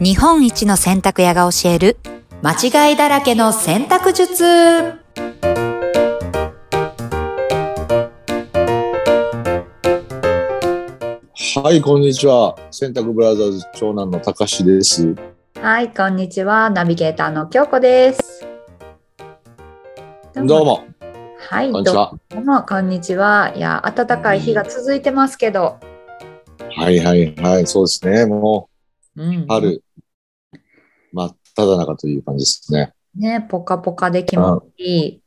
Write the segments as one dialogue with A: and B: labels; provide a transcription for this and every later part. A: 日本一の洗濯屋が教える間違いだらけの洗濯術
B: はい、こんにちは。洗濯ブラザーズ長男のたかしです。
A: はいこんにちはナビゲーターの京子です
B: どうも、
A: はい
B: こんにち
A: ど
B: は。
A: うもこんにちはいや暖かい日が続いてますけど、
B: はいはいはい、そうですね。も
A: うん
B: う、春、真っ只中という感じですね。
A: ねポカポカで気持ちいい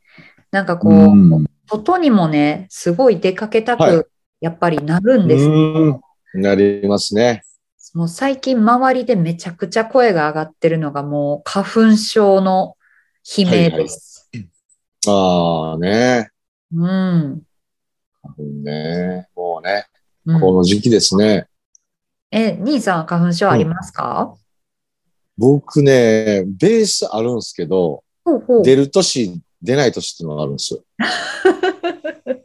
A: なんかこう、
B: うん
A: 外にもねすごい出かけたく、
B: はい
A: やっぱりなるんです、
B: うんなりますね。
A: もう最近周りでめちゃくちゃ声が上がってるのがもう花粉症の悲鳴です。
B: ああね、
A: うん
B: うんね。もうね、
A: うん
B: この時期ですね。
A: え、兄さんは花粉症ありますか、
B: 僕ね、ベースあるんですけど、
A: ほうほう
B: 出る年、出ない年っていうのがあるんで すよ。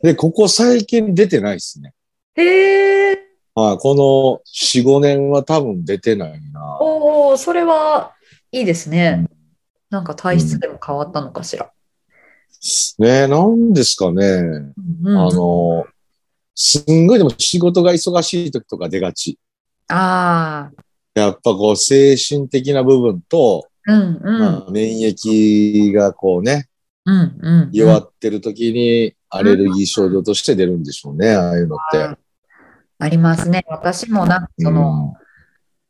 B: で、ここ最近出てないですね。
A: へえ、
B: はい、この4、5年は多分出てないな。
A: おお、それはいいですね。なんか体質でも変わったのかしら。
B: ねえ、なんですか
A: う
B: ね。
A: んう
B: あ
A: ん
B: の、すんごいでも仕事が忙しい時とか出がち。
A: あ
B: やっぱこう精神的な部分と、
A: あ、うんうん、
B: まあ、免疫がこうね、
A: うんうん、
B: 弱
A: っ
B: ってる時にアレルギー症状として出るんでしょうね、ああいうのって。
A: ありますね。私もなんかその、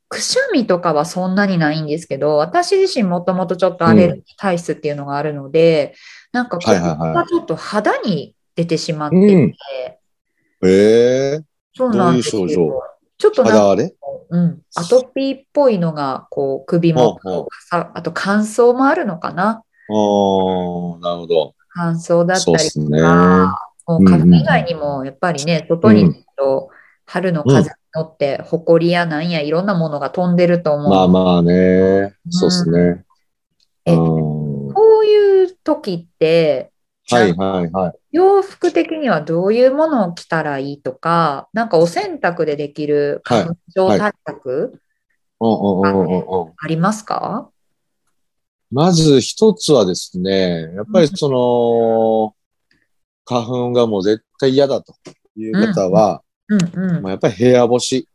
A: くしゃみとかはそんなにないんですけど、私自身もともとちょっとアレルギー体質っていうのがあるので、なんかここ
B: はいはいはい
A: がちょっと肌に出てしまって
B: う
A: い
B: ん。
A: て、
B: うん。ええ
A: そうなんですよ
B: どういう症状
A: ちょっとなん
B: 肌
A: か、
B: 荒れ
A: うん、アトピーっぽいのが、こう、首も
B: ほうほう
A: あ、あと乾燥もあるのかな
B: ああ、なるほど。
A: 乾燥だっ
B: そう
A: た
B: で
A: り
B: す
A: と
B: ね。
A: か、もう
B: うんうん
A: 花粉以外にも、やっぱりね、外に出ると、春の風に乗って、ほこりやなんや、いろんなものが飛んでると思う。
B: まあまあね。そうですね。
A: え
B: うん
A: こういう時って、
B: はいはいはい。
A: 洋服的にはどういうものを着たらいいとか、なんかお洗濯でできる花粉症対策
B: うんうんうんうんうん。
A: ありますか、
B: まず一つはですね、やっぱりその、花粉がもう絶対嫌だという方は、
A: うんうん。
B: まあやっぱり部屋干し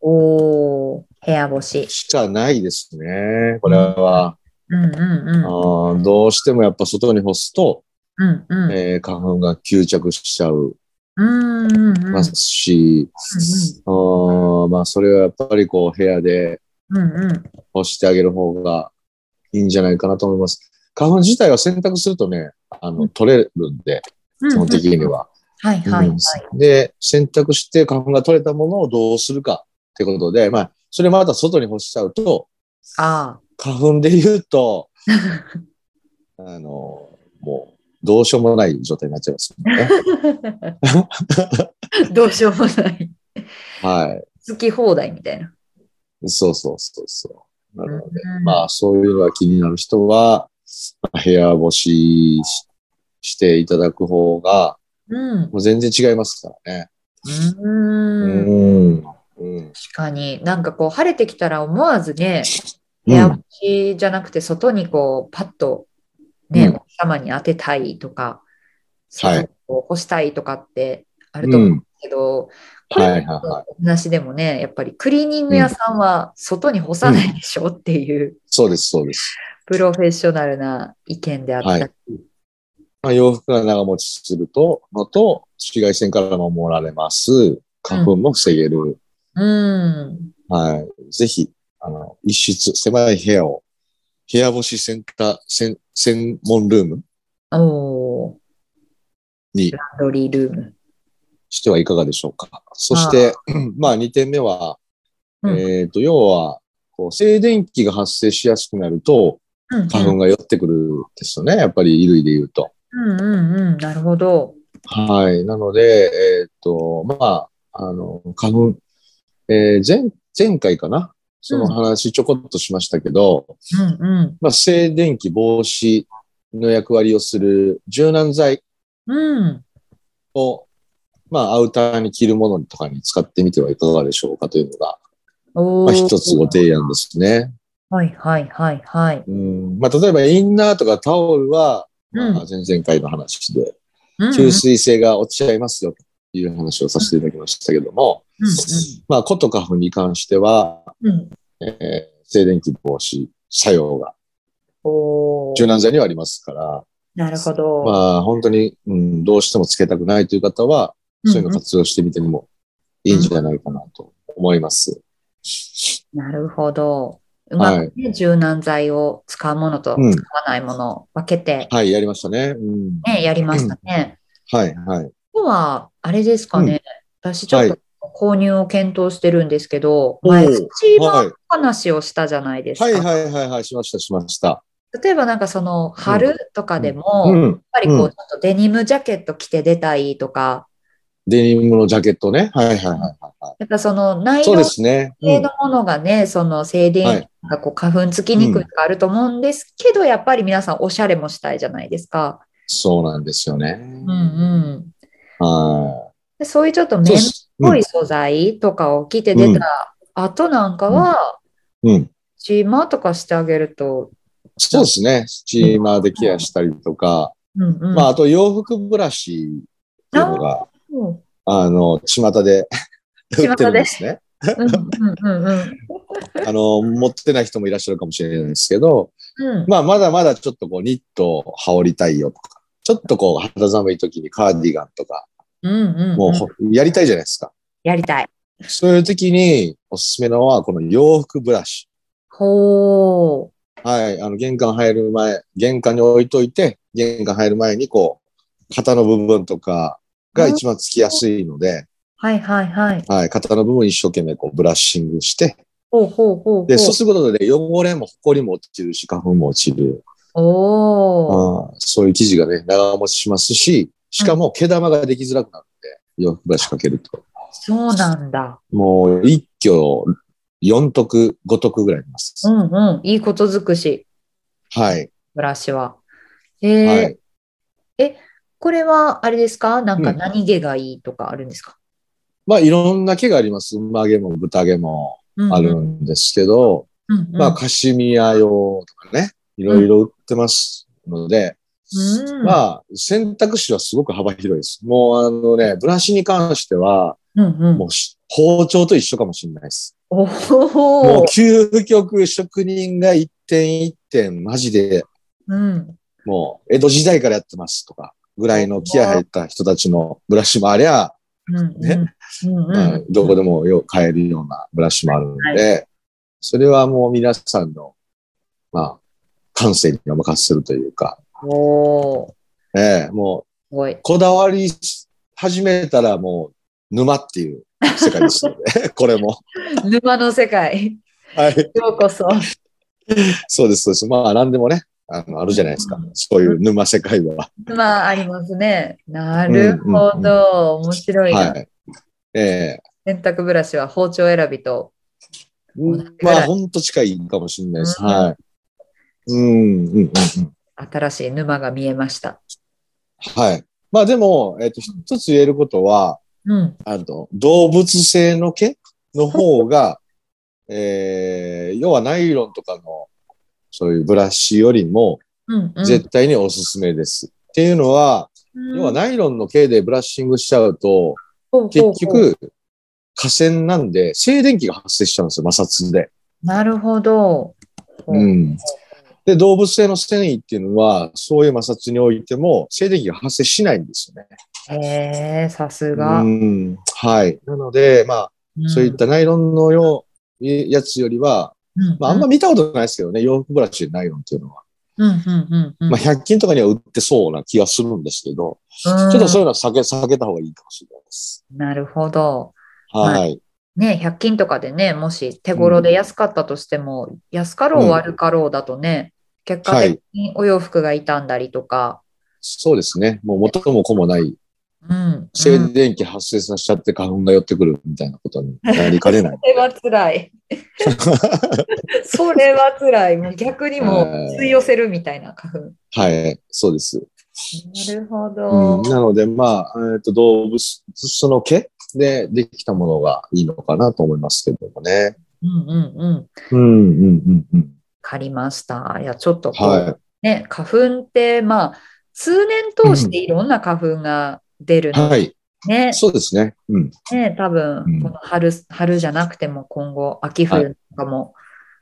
A: おー、部屋干し。
B: しかないですね、これは。
A: うんうんうん。
B: あーどうしてもやっぱ外に干すと、
A: うんうん。
B: えー花粉が吸着しちゃう
A: うんうんうん。
B: ますし、あーまあそれはやっぱりこう部屋で
A: うんうん。
B: 干してあげる方がいいんじゃないかなと思います。花粉自体は洗濯するとね、あの、取れるんで、基本的には。
A: はいはいはい。
B: で、選択して花粉が取れたものをどうするかってことで、まあ、それまた外に干しちゃうと、
A: あ
B: 花粉で言う と、あの、もう、どうしようもない状態になっちゃいますもんね。
A: あ。どうしようもない。
B: は
A: 好き放題みたいな。
B: い。そうそうそうそう。なので、
A: うん
B: まあ、そういうのが気になる人は、まあ部屋干しししていただく方が、
A: うん。
B: もう全然違いますからね。
A: うん。
B: うん。うん。
A: 確かに。なんかこう、晴れてきたら思わずね、部屋干しじゃなくて、外にこう、パッとね、
B: うん
A: お日様に当てたいとか、
B: はい
A: 外にこう干したいとかってあると思うんですけど、こ
B: はいは
A: れ
B: いはい。
A: お話でもね、やっぱりクリーニング屋さんは外に干さないでしょっていう。
B: そうです、そうです。
A: プロフェッショナルな意見であったり。
B: はまあ、洋服が長持ちすると、のと、紫外線から守られます。花粉も防げる。
A: うん。
B: はい。ぜひ、あの、一室、狭い部屋を、部屋干しセンター、専専門ルーム
A: おー
B: に
A: ランドリールーム。
B: してはいかがでしょうか。そして、 まあ、2点目は、
A: うん
B: えっ、と、要は、こう静電気が発生しやすくなると、
A: うんうん
B: 花粉が寄ってくるんですよね。やっぱり衣類で言うと。
A: うんうんうん。なるほど。
B: はい。なので、えーっと、まあ、あの、花粉、えー前、前回かなその話ちょこっとしましたけど、
A: うんうん。
B: まあ、静電気防止の役割をする柔軟剤
A: うん。
B: を、まあ、アウターに着るものとかに使ってみてはいかがでしょうかというのが、
A: お
B: ま
A: ー
B: あ、一つご提案ですね。
A: はいはいはいはい。
B: うんまあ、例えばインナーとかタオルは、
A: うん
B: まあ、前々回の話で、
A: うんうん
B: 吸水性が落ちちゃいますよという話をさせていただきましたけども、まあ、コとカフに関しては、
A: うんうんうん
B: えー静電気防止作用が
A: おー
B: 柔軟剤にはありますから、
A: なるほど。
B: まあ、本当に、うん、どうしてもつけたくないという方は、そういうの活用してみてもいいんじゃないかなと思います。
A: うんうんなるほど。うまくね柔軟剤を使うものと使
B: うん
A: わないものを分けて、
B: はい、やりましたね。うん、
A: ね、やりましたね。
B: はい、はい。
A: 今日は、あれですかね、私ちょっと購入を検討してるんですけど、
B: おー
A: 前、スチーバー
B: はい
A: の話をしたじゃないですか。
B: はい、はい、はい、はい、しました、しました。
A: 例えばなんかその、春とかでも、
B: う
A: やっ
B: ん。
A: ぱりこ
B: う
A: う、ちょっとデニムジャケット着て出たいとか、
B: デニムのジャケットね。はい、はい、はいはいは
A: やっぱその内
B: い。そう
A: 容
B: ですね。う
A: 系
B: ん
A: のものがね、その静
B: は
A: 電
B: い
A: 気がこう花粉つきにくいとかあると思うんですけど、やっぱり皆さんおしゃれもしたいじゃないですか。
B: そうなんですよね。
A: うんうん。
B: は
A: でそういうちょっと
B: い。
A: 綿っ
B: そうです。う
A: ぽ
B: ん
A: い素材とかを着て出た後なんかは、
B: うん。
A: チーマーとかしてあげると、
B: そうですね。スチーマーでケアしたりとか、
A: うんうん。
B: まあ、あと洋服ブラシっていうのが、
A: うん
B: あの、巷で 売ってるんです ね。
A: うんうんうんうん
B: あの、持ってない人もいらっしゃるかもしれないですけど、
A: うん。
B: まあ、まだまだちょっとこう、ニットを羽織りたいよとか、ちょっとこう、肌寒い時にカーディガンとか、
A: うんうんうん
B: もうほ、やりたいじゃないですか。
A: やりたい。
B: そういう時に、おすすめのは、この洋服ブラシ。
A: ほ
B: はい、あの、玄関入る前、玄関に置いといて、玄関入る前に、こう、肩の部分とかが一番つきやすいので、
A: う。はいはいはい。
B: はい、肩の部分一生懸命こう、ブラッシングして、
A: ほうほうほうほう。
B: で、そうすることで、汚れも、埃も落ちるし、花粉も落ちる。
A: おお。
B: ああそういう生地がね、長持ちしますし、しかも毛玉ができづらくなるんで、洋服ブラシかけると。
A: そうなんだ。
B: もう、一挙、四徳、五徳ぐらいあります。
A: うんうん。いいこと尽くし、
B: はい。
A: ブラシは。えー
B: はい。
A: これは、あれですかなんか
B: うん
A: 何毛がいいとかあるんですか、
B: まあ、いろんな毛があります。馬毛も豚毛も
A: うんうん、
B: あるんですけど、
A: うんうん。
B: まあ、カシミヤ用とかね、いろいろ売ってますので、
A: うん
B: まあ、選択肢はすごく幅広いです。もう、あのね、ブラシに関しては、
A: うんうん。
B: もうし、包丁と一緒かもしれないです。
A: お
B: もう
A: お。
B: 究極職人が一点一点マジで
A: うん。
B: もう江戸時代からやってますとかぐらいの気合入った人たちのブラシもありゃ、
A: うんうん。
B: ね
A: うん
B: う
A: うん
B: んどこでもよく買えるようなブラシもあるんで、それはもう皆さんの、まあ、感性にお任せするというか、
A: おお。す
B: ええもう
A: ごい。
B: こだわり始めたらもう沼っていう世界ですの で、これも。
A: 沼の世界。
B: はい。
A: ようこそ。
B: そうです、そうです。まあ、なんでもね、あの、あるじゃないですか。そういう沼世界は。
A: まあ、ありますね。なるほど。面白いな。
B: はい。ええ
A: 洗濯ブラシは包丁選びと。ん
B: まあ、ほんと近いかもしれないです。
A: うん
B: はい。うん、うん、うんうん。
A: 新しい沼が見えました。
B: はい。まあでも、えっ、と、一つ言えることは、
A: うん。
B: あの、動物性の毛の方が、 えー、要はナイロンとかの、そういうブラシよりも、
A: うん、うん。
B: 絶対におすすめです。っていうのは、要はナイロンの毛でブラッシングしちゃうと、
A: うん、
B: 結
A: ほうほうほう
B: 局、河川なんで、静電気が発生しちゃうんですよ、摩擦で。
A: なるほど。
B: うん。で、動物性の繊維っていうのは、そういう摩擦においても、静電気が発生しないんですよね。
A: へえ、さす
B: う
A: が。
B: ん。はい。なので、まあ、そういったナイロンのよう、やつよりは、
A: うん、
B: まあ、あんま見たことないですけどね、洋服ブラシでナイロンっていうのは。
A: うん、うん、うん、うん。
B: まあ、100均とかには売ってそうな気がするんですけど、
A: ちょ
B: ちょっとそういうのは避け、避けた方がいいかもしれないです。
A: なるほど。
B: はい。
A: ね、100均とかでね、もし手頃で安かったとしても、安かろう悪かろうだとね、結果的にお洋服が傷んだりとか、
B: そうですね。もう元も子もない、
A: うん、うん。そ
B: 静電気発生させちゃって花粉が寄ってくるみたいなことになりかね ない。
A: れは辛い。それは辛い。もう逆にもう吸い寄せるみたいな花粉。
B: はい。そうです。
A: なるほ
B: う
A: ど
B: ん、。なので、まあ、えっと動物、その毛でできたものがいいのかなと思いますけどもね。
A: うんうんうん。
B: うんうんうんうん。
A: 借りました。いや、ちょっとこう、
B: は
A: ね、花粉って、まあ、通年通していろんな花粉が出る
B: い。
A: ので、
B: はい。
A: ね、
B: そうですね。うん。
A: ね、多
B: うん
A: 分、この春、春じゃなくても今後、秋
B: はい
A: 冬とかも、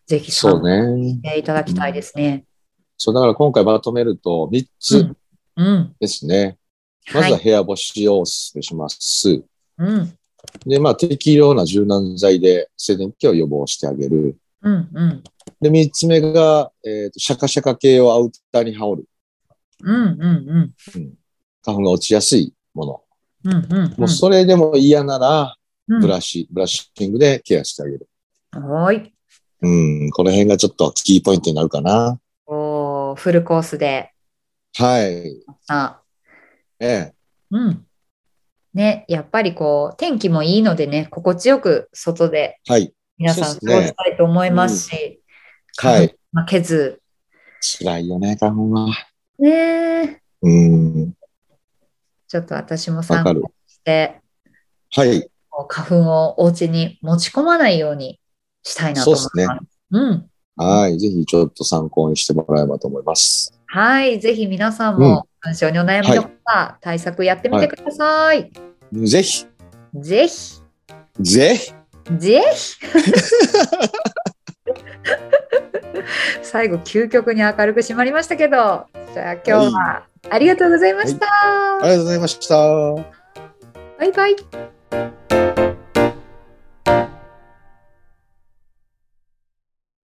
A: ぜひ
B: そう
A: 参
B: ね。
A: 加していただきたいですね。
B: そう、だから今回まとめると3
A: う
B: つ
A: ん。うん。
B: ですね。ま
A: は。
B: ずはい部屋干しをお勧めします。
A: うん。
B: で、まあ適量な柔軟剤で静電気を予防してあげる。
A: うん。うん。
B: で、3つ目が、えっ、と、シャカシャカ系をアウターに羽織る。
A: うん。うん。うん。
B: 花粉が落ちやすいもの。
A: うん。うん。
B: もうそれでも嫌なら、
A: うん
B: ブラシ、ブラッシングでケアしてあげる。
A: はーい。
B: うん、この辺がちょっとキーポイントになるかな。
A: おーフルコースで。
B: はい。
A: あ、
B: え
A: うん。ね、やっぱりこう、天気もいいのでね、心地よく外で
B: え。はい。
A: 皆さん
B: そうっ
A: 過
B: すね
A: ごしたいと思いますし、
B: はい。
A: 負けず。
B: 辛いよね、花粉は。
A: ねえ
B: うん。
A: ちょっと私も
B: わ
A: 参
B: か
A: 加
B: る。
A: して、
B: はい。
A: こう花粉をお家に持ち込まないようにしたいなと思います。
B: そうっす
A: うん。
B: はい。ぜひちょっと参考にしてもらえばと思います。
A: はい。ぜひ皆さん
B: うん
A: も、花粉症にお悩みの方、対策やってみてください。
B: ぜひ、
A: ぜひ、
B: ぜひ。
A: ぜひ最後、究極に明るく締まりましたけど、じゃあ今日はありがとうございました。
B: ありがとうございました。
A: バイバイ。